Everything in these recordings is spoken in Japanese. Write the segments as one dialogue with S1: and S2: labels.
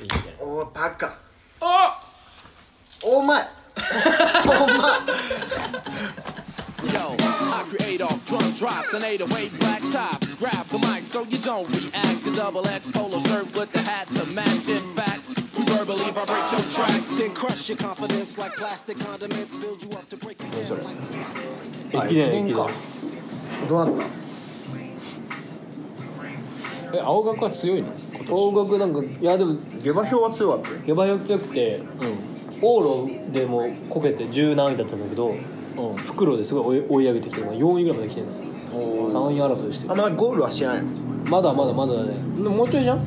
S1: みたいな
S2: おバカ
S1: あ
S2: お前お前
S3: Yo, I create off drum drops and 808 black tops. Grab the mic so you don't react. The double X polo shirt with the hat to match. In fact, we verbally vibrate your track. Then crush your confidence like plastic condiments. Build you up to break your down like
S4: 駅伝駅伝
S5: どうなっ
S4: え青学は強いの
S1: 王国なんかいやでも
S5: た下馬評は強かったよ
S1: 下馬よく強くて往路でもこけて10何位だったんだけど、うん、復路ですごい追い追い上げてきてる4位ぐらいまで来てるの3位争いして
S5: あ
S1: る
S5: んまりゴールはしてないの
S1: まだまだまだだねでももうちょいじゃん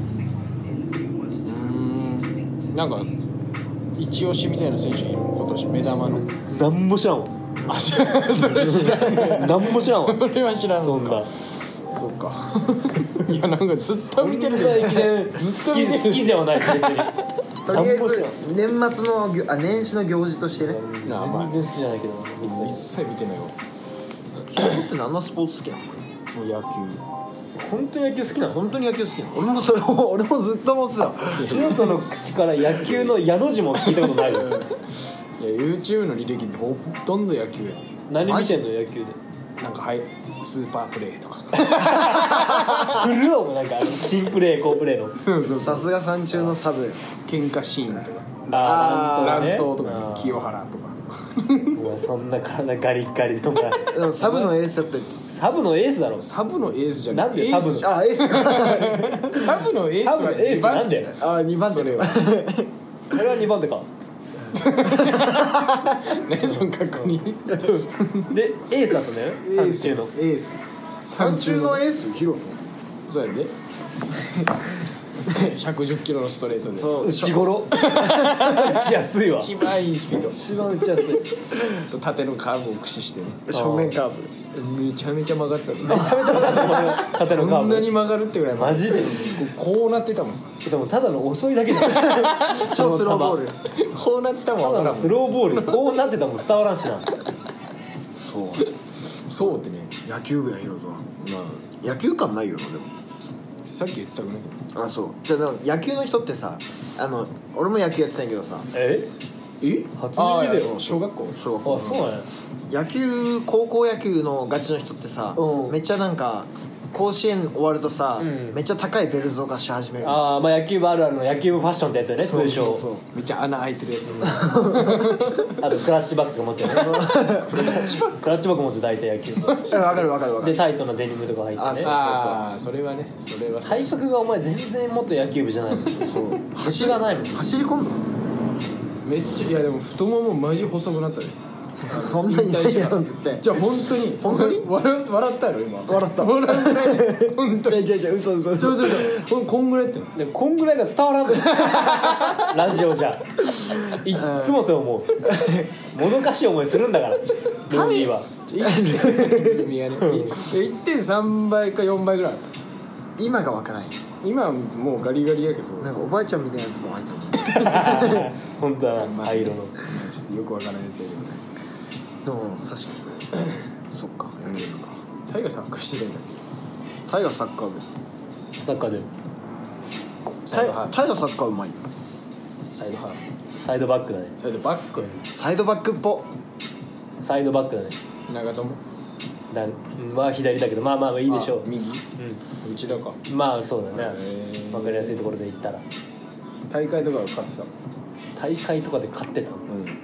S4: なんか一押しみたいな選手いる今年目玉の
S1: なんも知らんわ
S4: あそれ知らんね
S1: なんも知らんわ
S4: それは知らん
S1: そん
S4: のか
S1: な
S4: そうか いやなんかずっと見てる
S1: そんな駅伝
S4: ず
S1: 好
S4: っと見
S1: き
S4: てる
S1: 好きではない別に
S5: とりあえ
S1: なんも知
S5: ず
S1: らん
S5: 年末の行あ年始の行事としてね
S4: なあまあ
S1: 全然好きじゃないけどな見てた
S4: 一
S1: け
S4: 切見てないよ
S5: 僕何のスポーツ好きなの
S4: もう野球
S5: 本当に野球好きなの本当に野球好きなの俺もそれを俺もずっと思ってた
S1: ど木本の口から野球の矢の字も聞いたことないよ
S4: いや YouTube の履歴ってほとんど野球や
S1: 何見てんの野球で
S4: なんかはいスーパープレーとか
S1: フルオもなんか新プレー好プレーの
S4: そうそ う
S5: さすが三中のサブ
S4: 喧嘩シーンとか
S1: あー
S4: 乱
S1: 乱
S4: 闘
S1: 闘
S4: と
S1: ね
S4: か清原とか
S1: お前そんな体ガリッガリでお前
S5: でもサブのエースだったり
S1: サブのエースだろ
S4: サブのエースじゃ
S1: なんでサブ
S4: エースじ
S1: の
S5: あエースか
S4: ゃ サブのエー
S1: サ
S4: ス
S1: ブ
S4: は
S1: のエー
S4: 2
S1: スなん
S4: 番
S1: で
S5: あ二番手
S4: それは
S1: それは2番手か
S4: ねその確認
S1: でエースだったんだよ
S4: エー
S1: ね
S4: ス
S1: 中の
S4: エース
S5: 三中の
S4: ー
S5: エースヒロ
S4: スそうやで 110キロのストレートで
S5: そう
S1: 打ち頃打ちやすいわ
S4: 一番いいスピード
S1: 一番打ちやすい
S4: と縦のカーブを駆使してね
S5: 正面カーブ
S4: めちゃめちゃ曲がってためちゃめち
S1: 縦のカ
S4: こ
S1: ー
S4: んな
S1: ブ
S4: に曲がるってぐらい曲
S1: マ
S4: がる
S1: ジで
S4: こうなってたもん
S1: それもうただの遅いだけじゃん
S5: 超スローボール
S4: こうなってたも
S1: ただ
S4: ん分
S1: の
S4: からん も
S1: ス
S4: ん
S1: ローボールこうなってたもん伝わらんしな
S4: そうってね
S5: 野球部やヒロとは
S4: ま
S5: 野球感ないよなでも
S4: あさっき言ってたくない
S5: あそうじゃあでも野球の人ってさあの俺も野球やってたんやけどさ
S1: え
S5: え
S1: 初
S4: あ
S1: 耳
S4: あ
S1: だ
S4: い
S1: よ
S4: や小学校
S5: 小学
S1: あ
S5: 校
S1: そうなんや
S5: 野球高校野球のガチの人ってさ、
S1: うん
S5: めっちゃなんか甲子園終わるとさ、
S1: うん
S5: めっちゃ高いベルトとかし始める
S1: ああまあ野球部あるあるの野球部ファッションってやつだよね
S5: そう
S1: 通
S5: そう
S1: 称
S5: そう
S4: めっちゃ穴開いてるやつ
S1: あとクラッチバックが持つよねクラッチバック持つ大体野球部
S5: えわかるわかるわか
S1: で
S5: る
S1: タイトなデニムとか入ってね
S4: ああそれはねそれはそう
S1: 体格がお前全然元野球部じゃないもん
S5: そう
S1: 腰がないもん
S5: 走り込むの
S4: めっちゃいやでも太ももマジ細くなったね
S5: そんなにないやろ絶対
S4: じゃあ本当に
S5: 本当に
S4: 笑笑ったやろ今
S5: 笑った
S4: 笑ってないね本当に
S5: いやいやいや嘘嘘
S4: ちょ
S5: 嘘
S4: ちょちょこんこんぐらいやってんの
S1: でもこんぐらいが伝わらん もんラジオじゃいっつもそう思うもどかしい思いするんだからルーミーは
S4: 耳がね1.3倍か4倍ぐらい
S5: 今がわからない
S4: 今はもうガリガリやけどちょ
S5: なんかおばあちゃんみたいなやつも入ってる
S1: 本当だ な灰色の
S4: っとよくわからないやつやけどね
S5: でも確かに そっか野球部か
S4: タイガーサッカーしてたんだ
S5: タイガーサッカー部
S1: サッカーで
S4: サ
S5: タ
S4: イ
S5: イ
S4: ドハー
S5: タイガーサッカーうまいよ
S4: フサイドハーフ
S1: サイドバックだね
S4: サイドバック
S5: サイドバックっぽ
S1: サイドバックだね
S4: 長友
S1: だうんまあ左だけどまあまあまあいいでしょう
S4: あ右うちらか
S1: うんまあそうだね
S4: へー
S1: 分かりやすいところで言ったら
S4: 大会とか勝ってた
S1: 大会とかで勝ってたの
S4: うん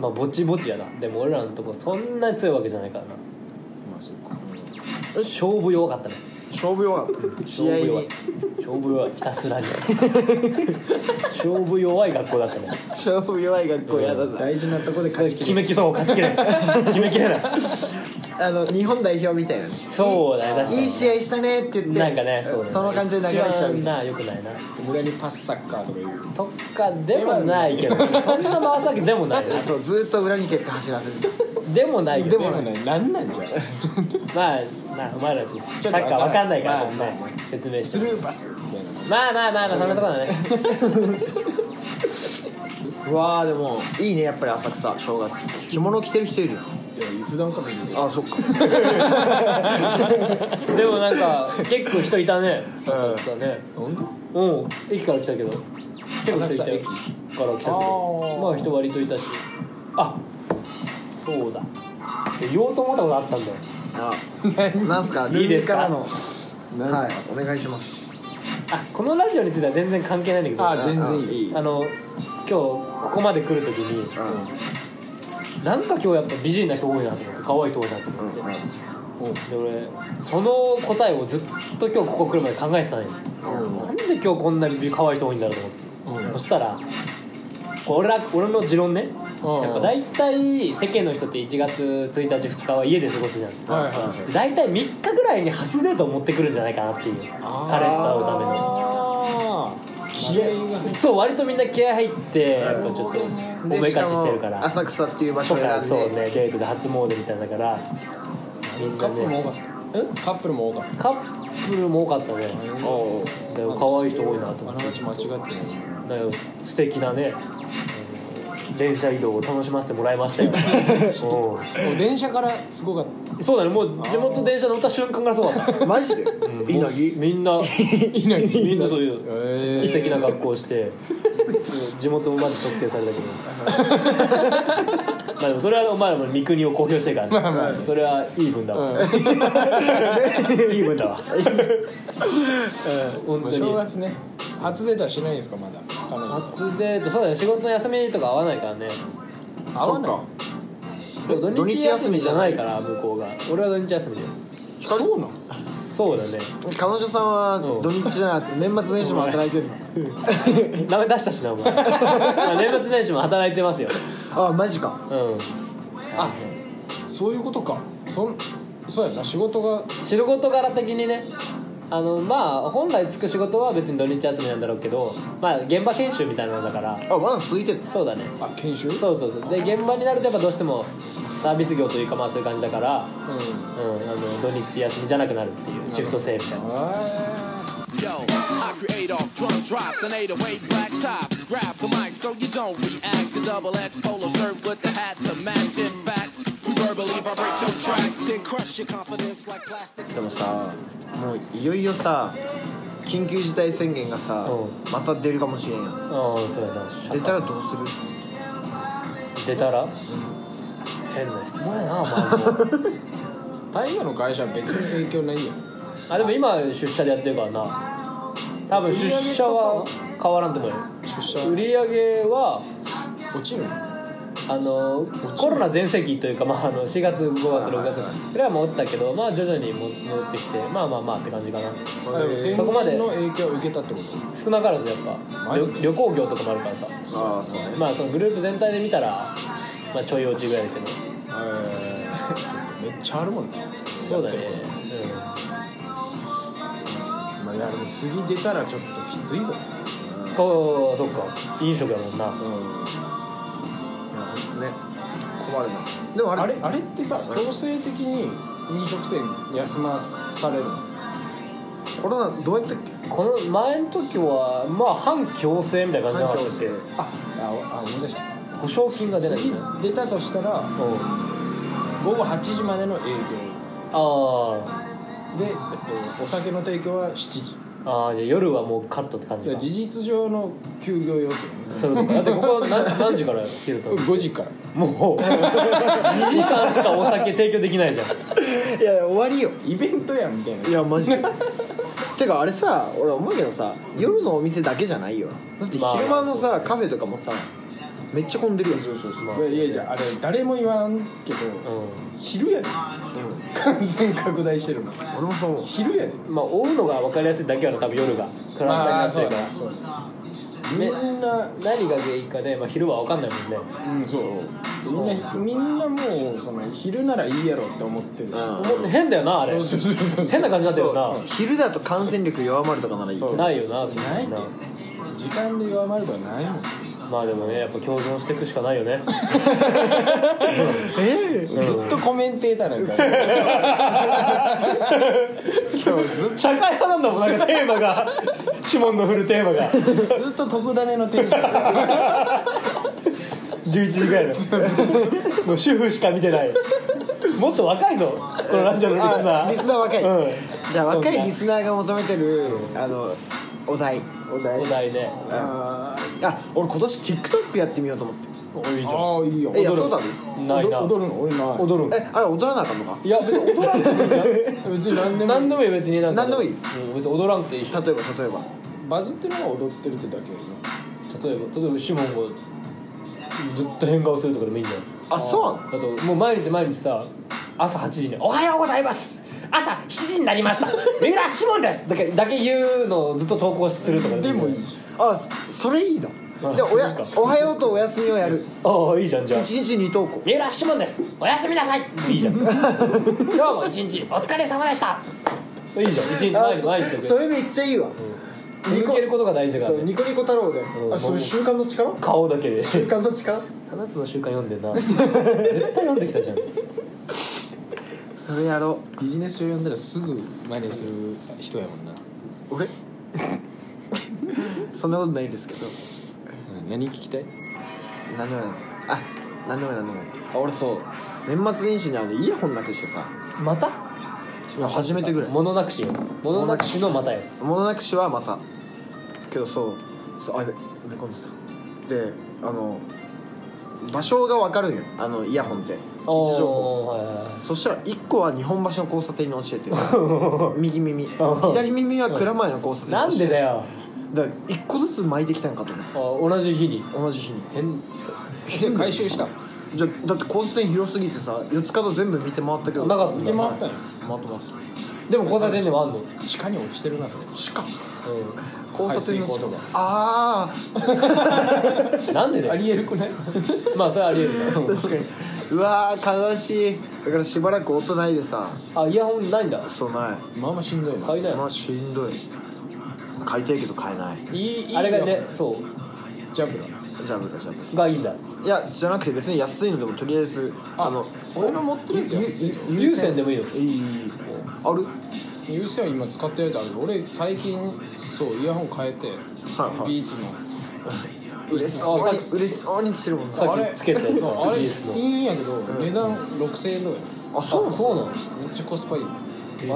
S1: まあぼちぼちやなでも俺らのとこそんなに強いわけじゃないからな
S4: まあそうか
S1: 勝負弱かったね
S5: 勝負弱かった試合に
S1: 勝負弱いひたすらに勝負弱い学校だったね
S5: 勝負弱い学校やだな
S4: 大事なとこで勝ち
S1: 決
S4: き
S1: めきそう勝ち きれない決めきれない
S5: あの日本代表みたいなね
S1: そうだね確かに
S5: いい試合したねって言って
S1: なんかねそうだね
S5: の感じで流れちゃうみ
S1: 一番
S5: たい
S1: なよくないな
S4: 無駄にパスサッカーとか言う
S1: とかでもないけどそんな回すわけでもないよ
S5: な
S1: ね
S5: そうずっと裏に蹴って走らせる
S1: でもないけど
S5: で
S1: ね
S5: も
S4: でもねなんなんじゃ
S1: まあまあお前らちょっとサッカーわかんないからちょっとね説明し
S4: ス
S1: て
S4: ルーパスみたいな
S1: まあまあまあまあそんなとこだね
S5: うわーでもいいねやっぱり浅草正月着物着てる人いるよ
S4: いや普段から見て
S5: あそっか
S1: でもなんか結構人いたね浅草ね
S4: 本当
S1: うん駅から来たけど結構
S4: 浅
S1: 人
S4: 草
S1: いたよ
S4: 駅
S1: から来たけ
S4: あ
S1: ど
S4: ー
S1: まあ人割といたしあそうだで言おうと思ったことあったんだよ
S5: あ
S4: 何
S5: なんすか
S1: いいです
S5: ルールか
S1: か
S5: らの
S4: なんすか
S5: はいお願いします
S1: あこのラジオについては全然関係ないんだけど
S4: あ全然いい
S5: い
S1: あの今日ここまで来るときに
S5: うんうん
S1: なんか今日やっぱ美人な人多いなと思って可愛い人多いなと思って、で俺その答えをずっと今日ここ来るまで考えてたのよ、なんで今日こんなに可愛い人多いんだろうと思って、そしたらこれ俺ら俺の持論ね、
S4: うん
S1: やっぱ大体世間の人って1月1日2日は家で過ごすじゃん
S4: はいはい
S1: 大体3日ぐらいに初デートを持ってくるんじゃないかなっていう彼氏と会うための
S4: の気合が
S1: そう割とみんな気合入ってやっぱちょっとお
S5: で
S1: めかししてるか
S5: しからも浅草っていう場所
S1: と
S5: を選
S1: か
S5: んで
S1: そうねデートで初詣みたいだからみん
S4: カ
S1: な
S4: ップルも多
S1: ね
S4: かったカップルも多かっ
S1: カップルも多かったね
S4: た
S1: でも可愛い人多いなと思
S4: あ
S1: っ
S4: な
S1: て
S4: がち間違ってない
S1: だよ素敵なね電車移動を楽しませてもらいましたよう
S4: もう電車からすごかっ
S1: んそうだねもう地元電車乗った瞬間からそうだった
S5: マジで稲城
S1: みんな
S4: たいない
S1: みんなそう い
S4: え
S1: う
S4: ー
S1: 素敵な格好をして地元もまず特定され たけどまあでもそれはお前らも三国を公表してるからね、それはいい分だ わ、いい 分だわうん本当
S4: 正
S1: に
S4: 月ね初デートはしないんですかまだ彼女と
S1: 初デートそうだね仕事の休みとか合わないからね
S4: 会わない
S1: そう土
S5: 土
S1: 日
S5: 日
S1: 休
S5: 休
S1: み
S5: み
S1: じ
S5: じ
S1: ゃ
S5: ゃ
S1: な
S5: ない
S1: から向こうが俺は土日休みだよ
S4: そうなの
S1: そうだね
S5: 彼女さんは土日じゃなくて年末年始も働いてるの
S1: 名前出したしな お前まあ年末年始も働いてますよ
S5: あマジか
S1: うん
S4: あそういうことかそんそうやな仕事が
S1: 仕事柄的にねあのまあ本来つく仕事は別に土日休みなんだろうけどまあ現場研修みたいなのだから
S5: あまだ続いてる
S1: そうだね
S4: あ研修
S1: そうそうそうで現場になるとやっぱどうしてもサービス業というかまあそういう感じだから、うん、
S4: うん
S1: あの土日休みじゃなくなるっていうシフト制みたいな
S4: あ
S3: Yo, I create off drum drops and 808 black tops. Grab the mic so you don't react. The double X polo shirt with the hat to match. In fact, we verbally vibrate your track, then crush your confidence like plastic.
S5: でもさもういよいよさ緊急事態宣言がさ
S1: う
S5: また出るかもしれんやん
S1: うんそうやな
S5: 出たらどうする
S1: 出たら、変な質問やなお前も
S4: ー大河の会社は別に影響ないよ
S1: あでも今出社でやってるからな多分出社は変わらんと思うよ
S4: 出社
S1: 売り上げは
S4: 落ちるの
S1: あのコロナ全盛期というか、まあ、あの4月5月6月ぐらいはもう落ちたけど、まあ、徐々にも戻ってきてまあまあまあって感じかな
S4: あでも宣
S1: そこまで
S4: 言の影響を受けたってこと
S1: 少なからずやっぱ
S4: マジ
S1: 旅旅行業とかもあるからさ
S5: ああそうね
S1: まあそのグループ全体で見たら、まあ、ちょい落ちぐらいだけど
S4: えー ちょっとめっちゃあるもんね
S1: そうだね
S4: やってることまあいやでも次出たらちょっときついぞ
S1: うんこうそっか飲食やもんな
S5: いやほんとね困るなでもあ
S4: あ
S5: れ
S4: れあれってさ強制的に飲食店休まされるの
S5: コロナどうやったっけ
S1: この前の時はまあ反強制みたいな感じじゃな
S5: 環境
S1: かったっけ
S5: 制
S4: あああ思い出した
S1: 保証金が出ないみ
S4: 次
S1: たいな
S4: 出たとしたら
S1: うん
S4: 午後8時までの営業
S1: あ
S4: で、えっと、お酒の提供は7時
S1: ーあーじゃあ夜はもうカットって感じ
S4: いや
S1: か
S4: 事実上の休業要請
S1: そういうことかだってこ こは何何時から昼と
S4: 5時から
S1: もう2時間しかお酒提供できないじゃん
S5: いや終わりよ
S4: イベントやんみたいない
S5: やマジで てかあれさ俺思うけどさ夜のお店だけじゃないよだって昼間のさ、
S1: まあ
S5: カフェとかもさめっちゃ混んでるよそうそうそう
S4: いやいやじゃああれ誰も言わんけど、
S1: う
S4: 昼やで、感染拡大してるの
S5: 俺もそう
S4: 昼や
S1: ん
S4: で
S1: まあ追うのが分かりやすいだけは多分夜がクラスターになってる
S4: そうだ
S1: ね
S4: みん
S1: か
S4: な
S1: ら何が原因かね、まあ、昼は分かんないもんね
S4: うんそうみんなみんなもうその昼ならいいやろって思ってるし
S5: うん
S1: もう変だよなあれ
S4: そうそうそうそう
S1: 変な感じになってるよな
S5: 昼だと感染力弱まるとかならいいけ
S4: そう
S5: ど
S1: ないよなそん
S4: ないで時間で弱まるとはないもん
S1: まあでもねやっぱ共存していくしかない よね
S4: えずっとコメンテーターなんだ今日ずっ
S1: 社会派なんだもんなんかテーマがシモンの振るテーマが
S4: とずっと特ダネのテンション
S1: 11時ぐらいのもう主婦しか見てないもっと若いぞこのラジオのリスナ
S5: あ
S1: ー
S5: リスナー若い、
S1: うん
S5: じゃあ若いリスナーが求めてるあのお題お題
S1: お題で
S5: あ俺今年 TikTok やってみようと思って
S1: おいいじゃ
S4: ああいいよ
S5: えや
S4: 踊
S5: った
S4: る
S5: ことあ
S1: んないな
S4: 踊るの俺ない
S1: 踊るん
S5: るえあれ踊らなあかんのか
S1: いや別に踊らんくていいじゃ
S4: 別に何で
S1: ん
S4: も
S1: 何でもいい別になんか
S5: 何でもいい
S1: うん別に踊らんくていいし
S5: 例えば例えば
S4: バズってるのは踊ってるってだけ
S1: 例えば例えばシモンがずっと変顔するとかでもいいんだよ
S5: あそうなの
S1: あともう毎日毎日さ朝8時に「おはようございます朝7時になりました三浦シモンです」だけだけ言うのをずっと投稿するとか
S4: でもいい
S1: じ
S4: し
S5: あそれいいの
S1: あ
S5: でおや
S1: なんか
S5: おはようとお休みをやる
S1: ゃんああいいじゃんじゃあ
S5: 一日二投稿
S1: 三浦シモンですおやすみなさいいいじゃん今日も一日お疲れ様でしたいいじゃん一日毎日毎日
S5: それめっちゃいいわ
S1: 続けることが大事だか
S2: そ
S1: ら
S2: う
S1: ね
S2: ニコニコ太郎で
S1: うん
S2: あそれ習慣の力
S1: 顔だけで
S2: 習慣の力
S1: 七つの習慣読んでんな絶対読んできたじゃん
S5: それやろ
S4: ビジネス書読んだらすぐ真似する人やもんな
S5: う俺 そんなことないんですけど
S4: 何聞きたい
S5: 何でもないですあ何でもない何でもないあ俺そう年末年始にあのイヤホンなくしてさ
S1: また
S5: 今初めてぐらい
S1: 物なくしよ物なくしのまたよ
S5: 物なくしはまたけどそうそうあやべ埋め込んでたであの場所が分かるんよあのイヤホンって位置情報
S1: おーはいはいはい
S5: そしたら1個は日本橋の交差点に落ちてて 右耳左耳は蔵前の交差点に
S1: なん
S5: 落ちて
S1: で
S5: て
S1: だよ
S5: だから1個ずつ巻いてきたんかと思
S1: あ同じ日に
S5: う同じ日に
S1: 変
S4: それ回収した
S5: じゃだって交差点広すぎてさ四つ角全部見て回ったけど
S1: なかった
S5: 見
S1: ん
S5: て
S1: だ
S5: 回
S4: 回
S5: っ
S4: っ
S5: よ回っ
S4: たたの
S5: てます
S1: でも交差点でもあんのうん
S4: 地下に落ちてるなそれ
S5: しか交差点の
S4: 排水溝とか
S5: あ
S1: なんでだ
S4: あ
S1: よ
S4: りえるくない
S1: まあそれはありえるな
S5: あ確かにうわー悲しいだからしばらく音ないでさ
S1: あイヤホンないんだ
S5: そうな
S4: まあまあしんどいな
S1: 買い
S5: い
S1: な
S5: ま
S1: よ
S5: あしんどい買いたいけど買えない
S4: いいいい
S1: あれがね
S4: よ
S1: そ
S4: ジャブだ
S5: ジャブだジャブ
S1: うがいいんだ
S5: いやじゃなくて別に安いのでもとりあえずあの
S4: 俺の持ってるやつ安いぞ
S1: 有線でもいいよ
S5: いいいいいいある
S4: 優先は今使ってるやつあるけど俺最近そうイヤホン変えて、
S5: はいはい
S4: ビーツの
S5: 嬉しそうに
S1: あさっき
S5: 嬉しそうにしてるもんな
S1: さ
S4: あ
S1: っ
S4: れ
S1: きつけたやつ
S4: そうあれ
S1: ビースの
S4: いいんやけど、値段6000円とかや
S5: あ
S1: あ
S5: そうなの
S1: そうなの
S4: めっちゃコスパいい
S1: あ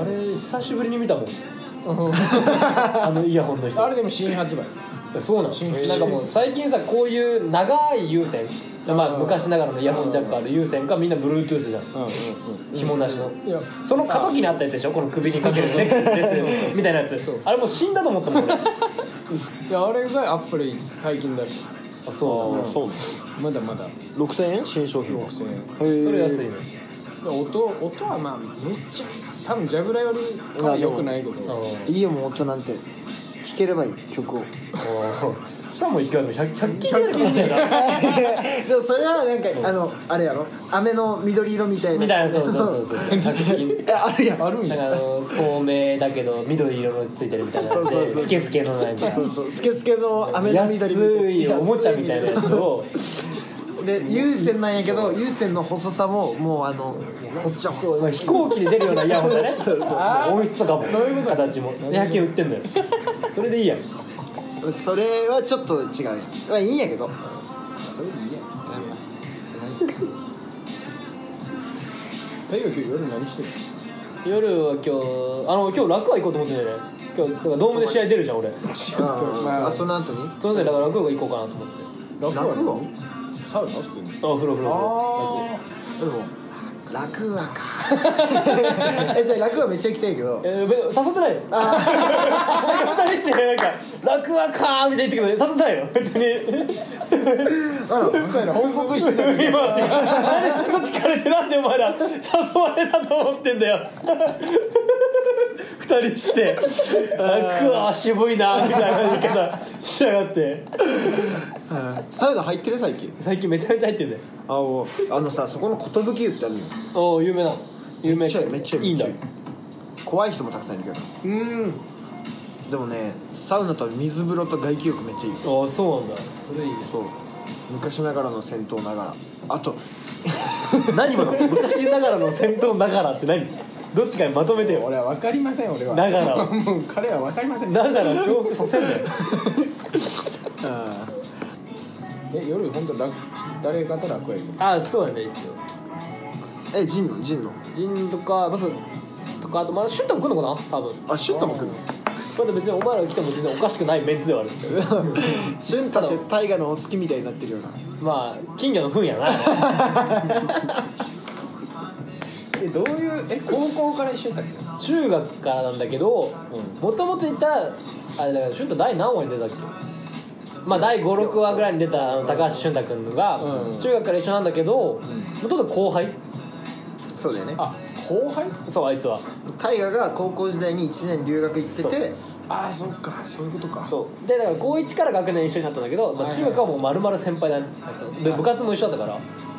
S1: れ久しぶりに見たもん あのイヤホンの人
S4: あれでも新発売
S1: そうなの
S4: 新
S1: なんかもう最近さこういう長い有線まあ昔ながらのイヤホンジャックある有線かみんな Bluetooth じゃん
S4: うんうん
S1: 紐なしの
S4: いや
S1: その過渡期にあったやつでしょこの首にかけるネックレ スみたいなやつ
S4: そう
S1: あれもう死んだと思ったもん俺あ
S4: うんい やあれがアップル最近だし
S1: そうなの
S5: そうな
S4: まだまだ
S5: の6000円新商品は
S4: 6000円
S5: そ
S1: それ安いの
S4: 音音はまあめっちゃ多分ジャブラよりかは良くないけど
S5: いいよもう音なんて聴ければいい 曲を
S1: そしたらもう一回でも 100, 100均でやるみたいな
S5: でもそれはなんかあのあれやろ飴の緑色みたいな
S1: みたいなそうそうそうそう100均
S5: えあるやん
S4: あるん
S1: なん
S4: や
S1: かあの透明だけど緑色のついてるみたいな
S5: そうそうそう
S1: でスケスケのなんか
S5: そうそうスケスケの飴の緑みた
S1: 安いおもちゃみたいなやつを
S5: で有線なんやけど有線の細さももうあのこっちゃ細
S1: そう飛行機で出るようなイヤホン だね
S5: そうそう
S1: もう音質とかも形も野球売ってんだよそれでいいやん
S5: いそれはちょっと違うやんまあいいんやけど
S4: それでいいや太陽今日夜何してる
S1: 夜は今日あの今日楽は行こうと思ってんだよね今日だからドームで試合出るじゃん俺
S4: のちょっと
S5: あ
S4: ま
S5: あ
S4: あ
S5: その後に
S1: それでだから楽は行こうかなと思って
S4: 楽は
S5: 楽は
S4: 何サウナ普通に
S1: あお風呂お風呂お風呂
S5: で
S4: あ
S5: も楽はか えじゃあ楽はめっちゃ行きたいけど
S1: えーべ誘ってないよなんか二人してなんか「楽はか」みたいに言ってたけど誘ってないよ別に
S5: あら
S4: あそうやな報告してたけ
S1: 今
S4: ど
S1: 何すんの聞かれてなんでお前ら誘われたと思ってんだよ二人して「楽は渋いな」みたいな言い方しやがって
S5: サウナ入ってる最近
S1: 最近めちゃめちゃ入ってんだよ
S5: あもうあのさそこの寿湯ってあるのよ
S1: おお有名なの有名
S5: めっちゃいいめっちゃいい
S1: いいんだ
S5: めっちゃい怖い人もたくさんいるけど
S1: うん
S5: でもねサウナと水風呂と外気浴めっちゃいい
S1: ああそうなんだそれいいね
S5: そう昔ながらの銭湯ながらあと
S1: 何今の昔ながらの戦闘ながらって何どっちかにまとめてよ
S4: 俺は分かりません俺は
S1: だから
S4: もう彼は分かりません
S1: だから重複させんなよ
S4: え夜本当楽誰かと楽やけど
S1: ああそうだね一応
S5: えジンのジンの
S1: ジンとかまずとかあとまだシュッタも来んのかな多分
S5: あシュッタも来る
S1: これで別にお前らが来ても全然おかしくないメンツではある
S5: 俊太って大河のお月みたいになってるような
S1: まあ金魚の糞やな
S4: えどういうえ高校から一緒だったっ
S1: 中学からなんだけどもともといたあれだから俊太第何話に出たっけまあ第56話ぐらいに出たあの高橋俊太君が
S4: うん
S1: 中学から一緒なんだけどもともと後輩
S5: そうだよね
S4: あ後輩
S1: そうあいつは
S5: 大河が高校時代に1年留学行ってて
S4: ああそっかそういうことか
S1: そうでだから高1から学年一緒になったんだけど、まあ、中学はもう丸々先輩だねで部活も一緒だったから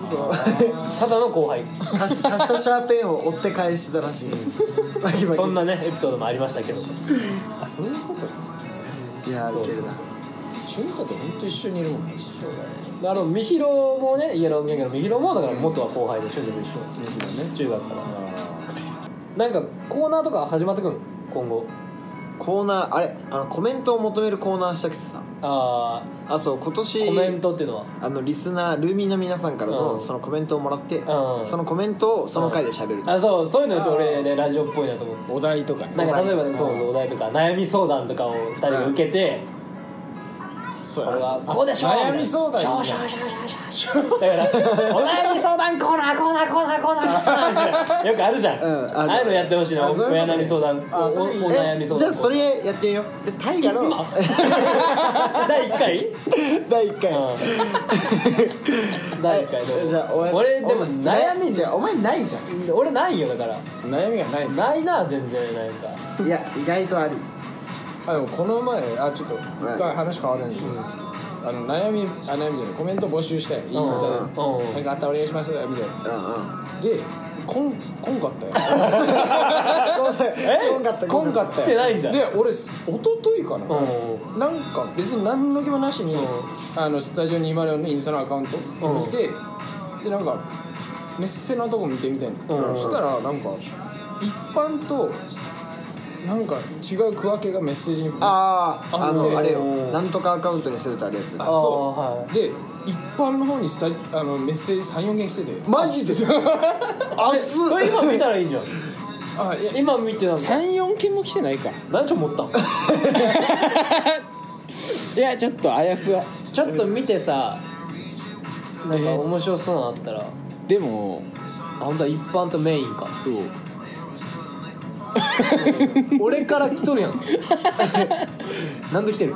S5: そう
S1: ただの後輩
S5: 足し足したシャーペンを追って返してたらしいバキバキ
S1: そんなねエピソードもありましたけど
S4: あそういうこと
S5: いやー
S1: そう
S5: ウケ
S1: そ
S5: る
S1: うそう
S5: な
S4: 俊太と本当一緒にいるもんねそうだね
S1: あの三広もね家の音源の三広もだから元は後輩で俊太と一緒
S4: ね
S1: 中学からなんかコーナーとか始まってくん今後
S5: コーナーあれあのコメントを求めるコーナーしたくてさ
S1: あ
S5: あそう今
S1: あ
S5: 年
S1: コメントっていうのは
S5: あのリスナールーミーの皆さんから
S1: う
S5: の
S1: ん
S5: そのコメントをもらって、
S1: ん
S5: そのコメントをその回で喋ると、
S1: あそうそういうのちょっと俺ねラジオっぽいなと思って
S4: お題とかね
S1: なんか例えばねそうそうお題とか悩み相談とかを2人が受けて
S4: そう
S1: こ
S4: や
S1: れはこうでしょ
S4: 悩み相談
S1: みたいなだからお悩み相談コーナーコーナーコーナーコーナーコーナーみたいなよくあるじゃん、
S5: うんある
S1: ああいうのやってほしいな
S4: あ
S1: お
S4: そういうことね
S1: 悩み相談お
S4: あそれいい
S1: お悩み
S5: え
S1: 相談
S5: じゃあそれやってみようで大河の
S1: 今 第1回
S5: 第1回、
S1: うん第1回どう
S5: じゃあお前
S1: 俺でも
S5: お前
S1: 悩み
S5: じゃあお前ないじゃ
S1: 俺ないよだから
S4: 悩みがない
S1: ないな全然なんか
S5: んいや意外とあり
S4: あでもこの前あちょっと一回話変わるんだけど、あの悩みあ悩みじゃないコメント募集したよインスタで
S1: うんうん
S4: 「なんかあったらお願いします」みたい
S5: う
S4: な
S5: んうん
S4: でこんこんかったよ
S1: え
S5: こんかった
S4: こんかったよ
S1: 来てないんだ
S4: で俺す一昨日かな、
S1: う
S4: なんか別に何の気もなしに、
S1: うん
S4: あのスタジオ204のインスタのアカウント
S1: うん
S4: 見て、でなんかメッセのとこ見てみたいな、
S1: うん
S4: したらなんか一般となんか違う区分けがメッセージに
S5: あーあ
S4: あで
S5: のあれよ
S1: うん
S5: なんとかアカウントにするとあるやつ
S4: あ
S1: あー
S4: そう、
S1: はい
S4: で一般の方にスタジあのメッセージ34件来てて
S5: マジで
S1: えそれ今見たらいいんじゃん
S4: あいや
S1: 今見てなんか
S4: 34件も来てないか
S1: 何ちょ持ったん
S4: いやちょっとあやふや
S1: ちょっと見てさなんか面白そうなのあったら
S4: でも
S1: あ本当は一般とメインか
S4: そう
S1: 俺から来とるやん なんで来てる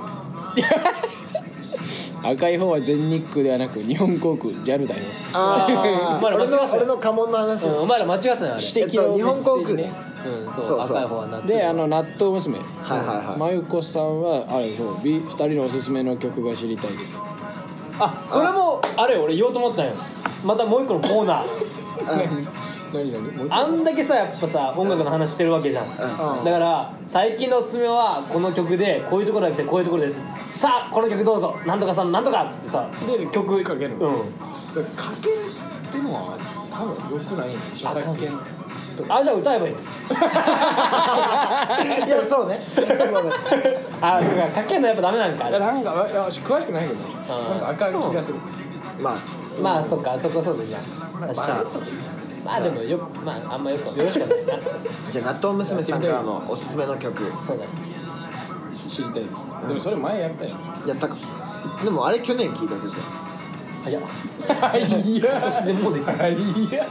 S4: 赤い方は全日空ではなく日本航空 JAL だよ
S5: あ
S1: お
S5: ー
S1: 前ら間
S5: 俺
S1: 違って
S5: の
S1: た
S5: 俺の家紋の話、
S1: うんお前ら間違ってないあれ
S4: 私
S5: えっ
S4: 的な
S5: と、
S4: メ
S5: 日
S4: ッ
S5: 本
S4: セ
S5: 航
S4: ージ
S5: 空、
S4: ね
S1: うんそう
S5: そうそう
S1: 赤い方は夏
S4: であの納豆娘はい
S5: はいはい
S4: まゆこさんはあれそうび二人のおすすめの曲が知りたいです
S1: あそれもあれよ俺言おうと思ったんよまたもう一個のコーナー
S4: 何何もう一
S1: あんだけさやっぱさ音楽の話してるわけじゃん、
S4: ん
S1: だから最近のおすすめはこの曲でこういうところが来てこういうところですさあこの曲どうぞなんとかさんなんとかっつってさ
S4: で曲かける
S1: う
S4: の、
S1: ん
S4: それかけるってのは多分良くないの著作権とか
S1: あじゃあ歌えばいいの
S5: いやそうね
S1: あそうかかけんのやっぱダメなんかあ
S4: い
S1: れ
S4: やなんかわいや詳しくないけどなんか赤い気がする
S5: まあ
S1: まあそっかそこそうだじゃん確かにまあでもよまああんまよくよろしくはないな
S5: じゃあ納豆娘さんからのおすすめの曲
S1: そうだね
S4: 知りたいですねでもそれ前やったよ
S5: やったかでもあれ去年聞いた曲
S1: 早っ
S4: いや
S1: 年でもうできた
S4: いや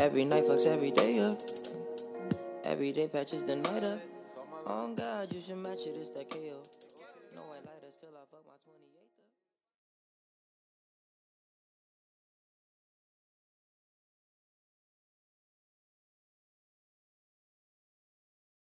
S6: Every night fucks every day up. Every day patches the night up. On God, you should match it. It's that KO. No white lighters, pill I fuck my 20.